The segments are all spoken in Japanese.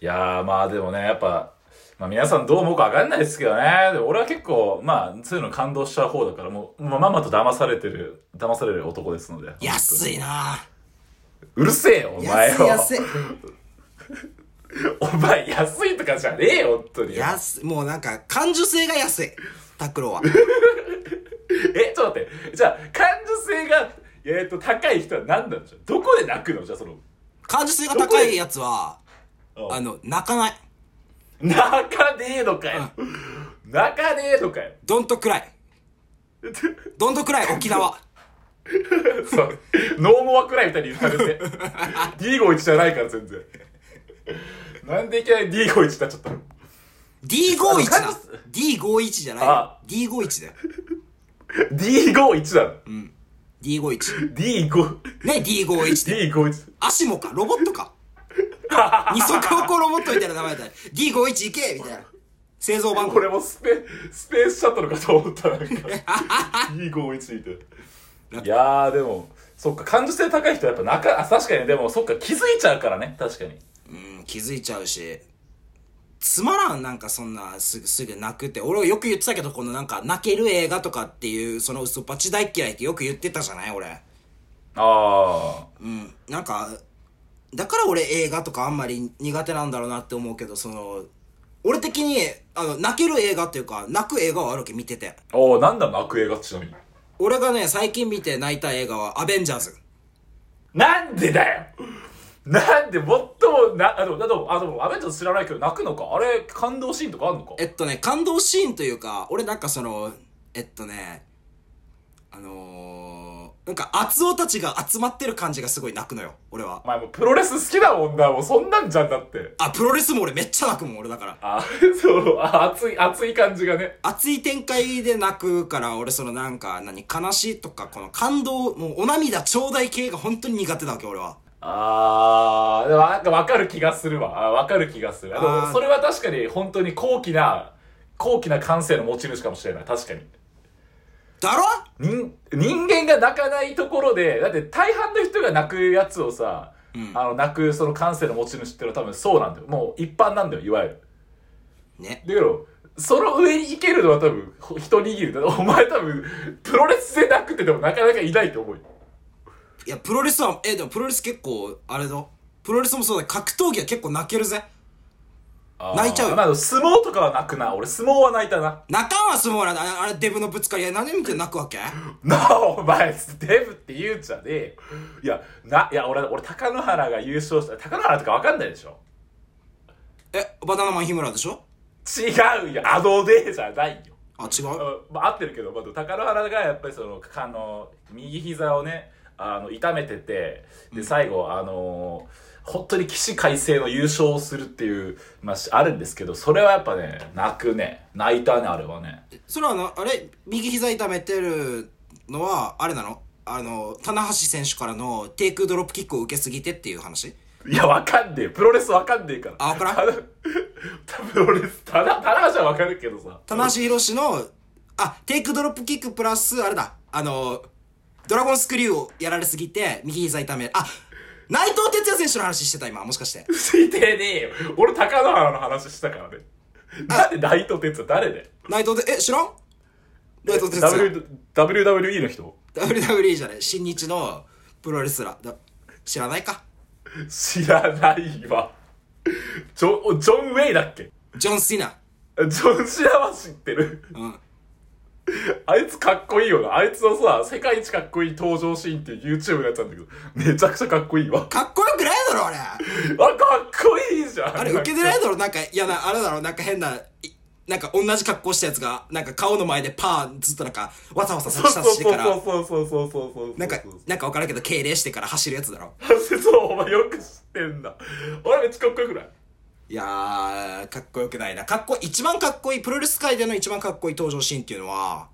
いやー、まあでもね、やっぱ、まあ皆さんどう思うかわかんないですけどね。でも俺は結構、まあ、そういうの感動しちゃう方だから、もう、まあ、まんまと騙されてる、騙される男ですので。安いなうるせえよ、お前安いよ。安いお前、安いとかじゃねえよ、本当に。安いもうなんか感受性が安い拓郎はえ、ちょっと待って。じゃあ、感受性が、えっと、高い人は何なんでしょうどこで泣くのじゃあ、その、感受性が高いやつはうんあの泣かない泣かねえのかよ。泣かねえのかよ。どんとく らいどんとくらい沖縄そう。ノーモアくらいみたいに言われて。D51 じゃないから、全然。なんでいきなり D51 になっちゃったの D51 あのな感 D51 じゃないあ D51 だよ ?D51 なの。 D51 D5、ね D51 で D51。足もかロボット か二足歩行ロボットみたいな名前だよ D51 行けみたいな製造番号俺もスペ、スペースシャトルかと思ったなんか。D51 みたいな。いやー、でも、そっか、感受性高い人はやっぱなか、あ、確かに、でも、そっか、気づいちゃうからね、確かに。うん気づいちゃうしつまらんなんかそんなすぐすぐ泣くって俺よく言ってたけどこのなんか泣ける映画とかっていうその嘘っぱち大っ嫌いってよく言ってたじゃない俺あー。うんなんかだから俺映画とかあんまり苦手なんだろうなって思うけどその俺的にあの泣ける映画っていうか泣く映画はあるわけ見てておー、なんだの悪映画ちなみに。俺がね最近見て泣いた映画は「アベンジャーズなんでだよなんで、最もな、あ、でも、あでも、あでもアベンジャーズ知らないけど、泣くのかあれ、感動シーンとかあんのか」えっとね感動シーンというか俺なんかそのえっとねあのー、なんか熱男たちが集まってる感じがすごい泣くのよ俺はお前もうプロレス好きだもんな、もうそんなんじゃんだって。あプロレスも俺めっちゃ泣くもん俺だからあ、 そう、あ熱い、熱い感じがね。熱い展開で泣くから俺そのなんか何悲しいとかこの感動もうお涙ちょうだい系が本当に苦手なわけ俺はあー、でもなんかわかる気がするわ。あわかる気がする。あであもーそれは確かに本当に高貴な、高貴な感性の持ち主かもしれない。確かに。だろ人、人間が泣かないところで、だって大半の人が泣くやつをさ、あの、泣くその感性の持ち主っていうのは多分そうなんだよ。もう一般なんだよ、いわゆる。ねだけど、その上に行けるのは多分、ほ一握りだ。お前多分、プロレスでなくてでもなかなかいないと思うよ。いやプロレスはえでもプロレス結構あれだプロレスもそうだけど格闘技は結構泣けるぜ泣いちゃうよまあ、相撲とかは泣くな。俺、相撲は泣いたな。 泣かんわ相撲なんだあれデブのぶつかり合い何見て泣くわけなあ、お前、デブって言うんじゃねえよいや、な、いや、俺、俺、高野原が優勝した。高野原とかわかんないでしょえ、バナナマン日村でしょ違うよ。あのねじゃないよ。あ、違うあまあ、合ってるけど、まあ、高野原がやっぱりその、あの、右膝をね、あの、痛めてて、で、最後、あの本当に起死回生の優勝をするっていう、まあ、しあるんですけど、それはやっぱね、泣くね。泣いたね、あれはね。それはな、あれ、右膝痛めてるのは、あれなのあの、棚橋選手からのテイクドロップキックを受けすぎてっていう話いや、わかんねえ。プロレスわかんねえから。あわからんただたプロレス、ただ、ただじゃわかるけどさ。棚橋宏の、あ、テイクドロップキックプラス、あれだ、あの、ドラゴンスクリューをやられすぎて、右膝痛め、あ、内藤哲也選手の話してた今、もしかして。ついてねえよ。俺、高野原の話したからね。なんで内藤哲也誰で内藤で、え、知らん内藤哲也。 W ?WWE の人 WWE じゃない、新日のプロレスラー。だ知らないか知らないわ。ジョンお、ジョン・ウェイだっけジョン・シナ。ジョン・シナは知ってる。うん。あいつかっこいいよな。あいつのさ、世界一かっこいい登場シーンっていう YouTube のやつなんだけど、めちゃくちゃかっこいいわ。かっこよくないだ ろ、あれ。あ、かっこいいじゃん。あれ、受けてないだろ、なんか、いやな、あれだろ、なんか変な、いなんか同じ格好したやつが、なんか顔の前でパーンずっとなんか、わさわさそう刺しそう刺してそうから、そうそうそうそうそうそう。なんか、なんかわからんけど敬礼してから走るやつだろ。そう、お前よく知ってんだ。俺めっちゃかっこよくないいやー、かっこよくないな。かっこ、一番かっこいい、プロレス界での一番かっこいい登場シーンっていうのは、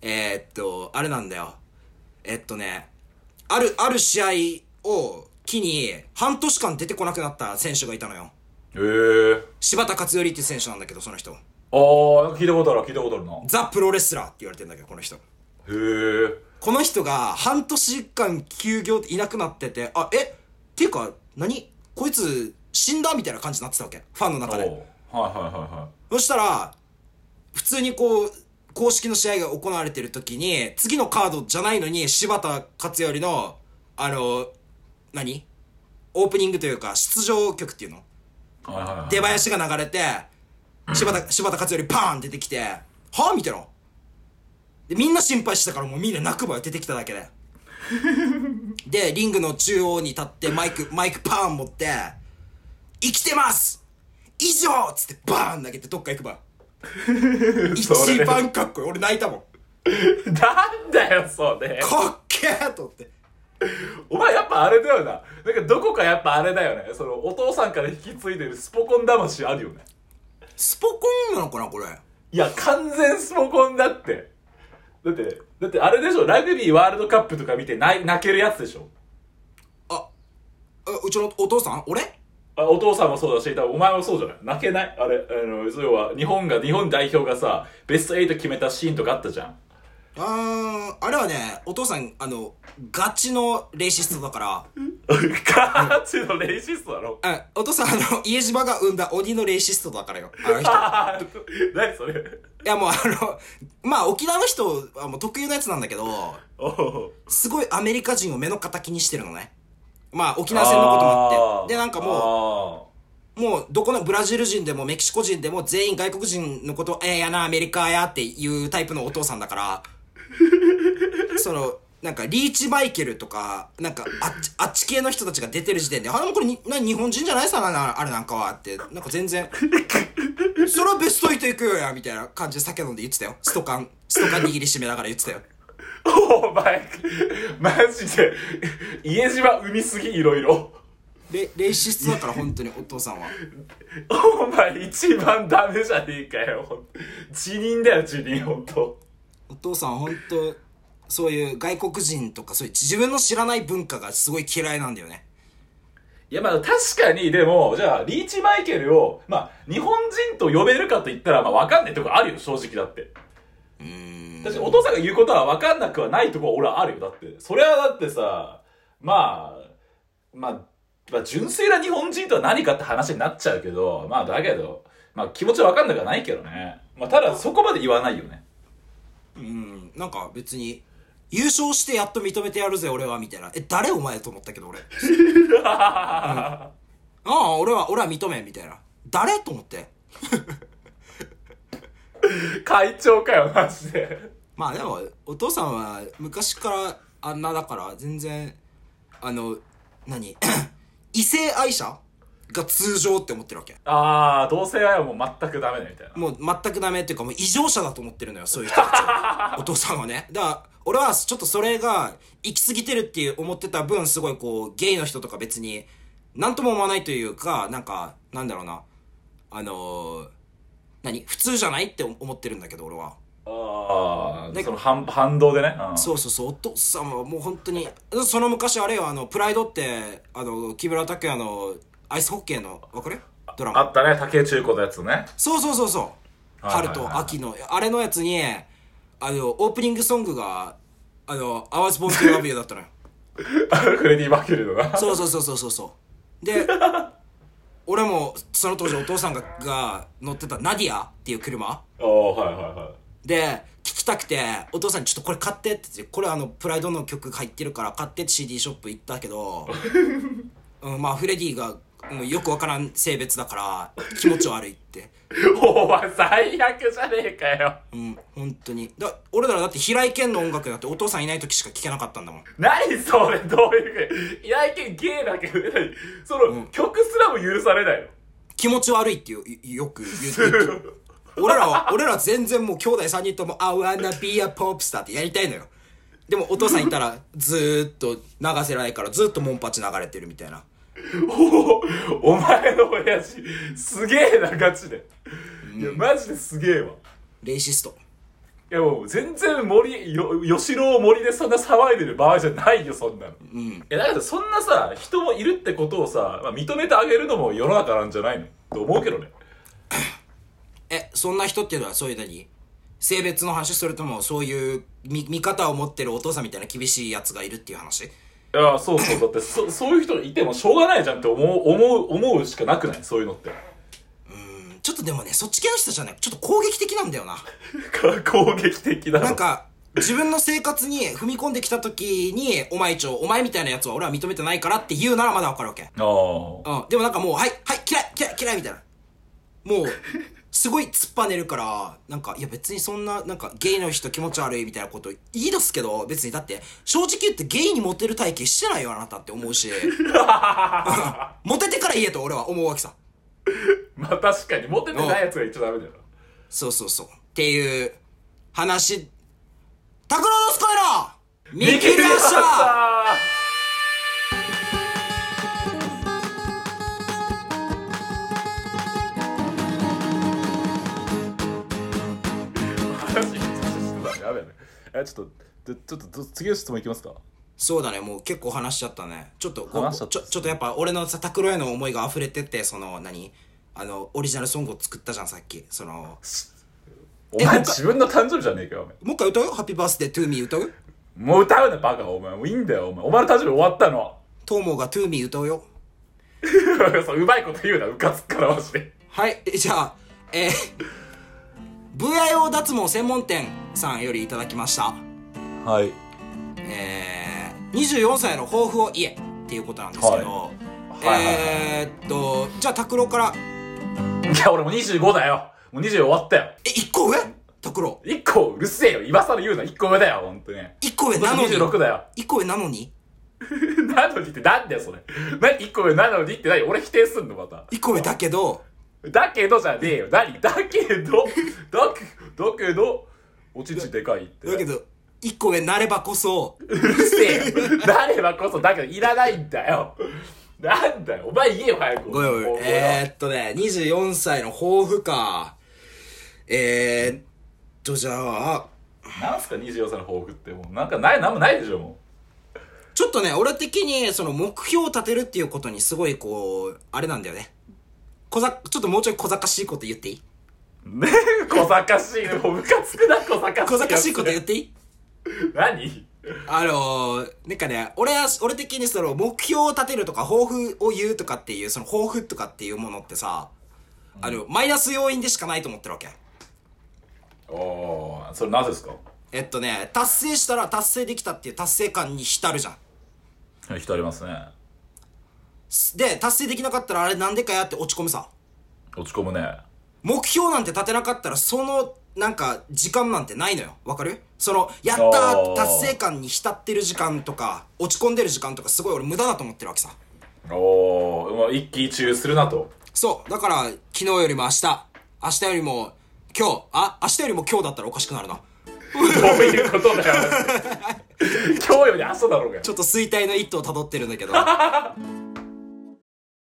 えー、っと、あれなんだよ。えっとね、ある、ある試合を機に、半年間出てこなくなった選手がいたのよ。へえ。柴田勝頼っていう選手なんだけど、その人。あー、なんか聞いたことある、聞いたことあるな。ザ・プロレスラーって言われてんだけど、この人。へえ。この人が半年間休業でいなくなってて、あ、えっていうか、何こいつ、死んだみたいな感じになってたわけ。ファンの中で。おうはいはいはいはそしたら、普通にこう、公式の試合が行われてる時に、次のカードじゃないのに、柴田勝頼の、あの、何オープニングというか、出場曲っていうのい。はいはいはい、出囃子が流れて、柴田、柴田勝頼パーン出てきて、はぁみたいな。で、みんな心配してたからもうみんな泣くばよ、出てきただけで。で、リングの中央に立って、マイク、マイクパーン持って、生きてます以上つってバーン投げてどっか行くばよ。一 それ番かっこいい。俺泣いたもん。 なんだよ、それ。かっけーと思って。お前やっぱあれだよな。なんかどこかやっぱあれだよね。そのお父さんから引き継いでるスポコン魂あるよね。スポコンなのかな、これ。いや、完全スポコンだって。だって、だってあれでしょ、ラグビーワールドカップとか見て泣い泣けるやつでしょ。あ、えうちのお父さん俺あお父さんもそうだし、多分お前もそうじゃない泣けないあれ、あの、要は日本が、日本代表がさ、ベスト8決めたシーンとかあったじゃん。あーあれはね、お父さん、あの、ガチのレイシストだから、ガーチのレイシストだろ。うん、お父さん、あの、家島が生んだ鬼のレイシストだからよ。 あの人。ああ、何それ。いや、もうあの、まあ、沖縄の人はもう特有のやつなんだけど、おうすごいアメリカ人を目の敵にしてるのね。まあ、沖縄戦のこともあって。で、なんかももう、もう、どこのブラジル人でもメキシコ人でも全員外国人のことを、ええやな、アメリカやっていうタイプのお父さんだから、 その、なんか、リーチマイケルとか、なんか、あっち、あっち系の人たちが出てる時点で、あれもこれに、な、日本人じゃないさ、なあれなんかは、って、なんか全然、それはベスト8行くよや、みたいな感じで酒飲んで言ってたよ。ストカン、ストカン握りしめながら言ってたよ。お前、マジで、家島生みすぎ、いろいろ。レ、レイシストだから、本当に、お父さんは。お前、一番ダメじゃねえかよ。辞任だよ、辞任、ほんと。お父さんは本当そういう外国人とかそういう自分の知らない文化がすごい嫌いなんだよねいや、まあ、確かに、でも、じゃあ、リーチマイケルを、まあ、日本人と呼べるかと言ったら、まあ、わかんないとこあるよ、正直だって。うーん私、お父さんが言うことはわかんなくはないとこ俺はあるよ、だって。それはだってさ、まあ、まあ、まあ、純粋な日本人とは何かって話になっちゃうけど、まあ、だけど、まあ、気持ちはわかんなくはないけどね。まあ、ただ、そこまで言わないよ ね。うんなんか別に優勝してやっと認めてやるぜ俺はみたいなえ誰お前と思ったけど俺ああ俺は俺は認めんみたいな誰と思って会長かよ、マジで。まあでもお父さんは昔からあんなだから全然あの何異性愛者が通常って思ってるわけああ、同性愛はもう全くダメだみたいな。もう全くダメっていうかもう異常者だと思ってるのよ、そういう人たちをお父さんはね。だから、俺はちょっとそれが行き過ぎてるっていう思ってた分、すごいこう、ゲイの人とか別に、なんとも思わないというか、なんか、なんだろうな。あのー、何普通じゃないって思ってるんだけど、俺は。ああ、でその反反動でね。うんそうそうそう、お父さんはもう本当に、その昔あれよ、あの、プライドって、あの、木村拓哉のアイスホッケーの、わかるドラマあ。ったね、竹内中古のやつね。 そうそうそうそう。はいはい春はいと秋の、あれのやつに、あの、オープニングソングが、あの、アワーズボン o ラビューだったのよ。 あのフレディ・マーキュリーのな。そうそうそうそうそうそう。で、俺も、その当時お父さんがが乗ってたナディアっていう車おーはいはいはい。で、聞きたくて、お父さんにちょっとこれ買ってって言って、これあの、プライドの曲入ってるから買ってって CD ショップ行ったけ ど、うん、まあ、フレディが、もうよくわからん性別だから、気持ち悪いって。お前最悪じゃねえかよ。うん、本当に。だ、俺らだって平井堅の音楽だってお父さんいない時しか聴けなかったんだもん。何それ、どういうふうに。いや、いけゲーだけど、何その、曲すらも許されないの。気持ち悪いってよ、よよく言って俺らは、俺らは全然もう兄弟3人とも、I wanna be a pop star ってやりたいのよ。でもお父さんいたら、ずーっと流せないから、ずーっとモンパチ流れてるみたいな。おお前の親父、すげえな、ガチで。いや、マジですげえわ。レイシスト。いやもう全然森、よ、吉郎森でそんな騒いでる場合じゃないよ、そんなの。うん。いや、だけどそんなさ、人もいるってことをさ、まあ、認めてあげるのも世の中なんじゃないのと思うけどね。え、そんな人っていうのはそういう何性別の話それともそういう見見方を持ってるお父さんみたいな厳しいやつがいるっていう話いやそうそうだってそそういう人いてもしょうがないじゃんって思う思う思うしかなくないそういうのって うんちょっとでもねそっち系の人じゃねちょっと攻撃的なんだよな攻撃的だろなんか自分の生活に踏み込んできた時にお前一応お前みたいなやつは俺は認めてないからって言うならまだわかるわけああうんでもなんかもうはいはい嫌い嫌い嫌いみたいなもうすごい突っぱねるからなんかいや別にそんななんかゲイの人気持ち悪いみたいなこと言い出すけど別にだって正直言ってゲイにモテる体験してないよあなたって思うしモテてから言えと俺は思うわけさまあ確かにモテてないやつが言っちゃダメだよそうそうそう。っていう話。タクロノスコイの見切りままししたた話してたやべえねえちょっとでちょっと次の質問いきますかそうだね、もう結構話しちゃったね。ちょっと、話しちゃったちょ、ちょっとやっぱ俺のさ、タクロへの思いが溢れてって、その、何あの、オリジナルソングを作ったじゃん、さっき。その、お前自分の誕生日じゃねえかよお前もう一回歌うハッピーバースデートゥーミー歌うもう歌うなバカお前もういいんだよお前お前の誕生日終わったの トーモーがトゥーミー歌うよ。そううまいこと言うなうかつっからましてはい、 えじゃあ、えー、VIO 脱毛専門店さんよりいただきました。はいえー、24歳の抱負を言えっていうことなんですけど、ははいはいはいえー、っとじゃあ拓郎からいや俺もう25だよもう20終わったよえ一個上拓郎一個うるせえよ今更言うな一個上だよほんとね一個上なのに26だよ 一個上なのになのにってなんだよそれ何一個上なのにって何俺否定すんのまた一個上だけどだけどじゃねえよ何だけどだけだけどおちんちんでかいってだけど一個上なればこそうるせえよ誰はこそだけどいらないんだよなんだよお前言えよ早くごめんごめんえー、っとね24歳の抱負かえー、っとじゃあなんすか24歳の抱負ってもうなんかないなんもないでしょもちょっとね俺的にその目標を立てるっていうことにすごいこうあれなんだよね小ざちょっともうちょい小賢しいこと言っていいうねえ 小賢しいもうムカつくな小賢しい小賢しいこと言っていい何あのー、なんかね、俺は、俺的にその、目標を立てるとか、抱負を言うとかっていう、その、抱負とかっていうものってさ、あの、マイナス要因でしかないと思ってるわけ。おーそれなぜですかえっとね、達成したら達成できたっていう達成感に浸るじゃん。人ありますねすで、達成できなかったらあれなんでかやって落ち込むさ。落ち込むね目標なんて立てなかったら、その、なんか、時間なんてないのよ。わかるその、やったあーー達成感に浸ってる時間とか、落ち込んでる時間とか、すごい俺無駄だと思ってるわけさ。おー、まあ、一喜一憂するなと そう。だから、昨日よりも明日、明日よりも今日、あ、明日よりも今日だったらおかしくなるな。どういうことだよ 今日より明日だろうがちょっと衰退の一途を辿ってるんだけど。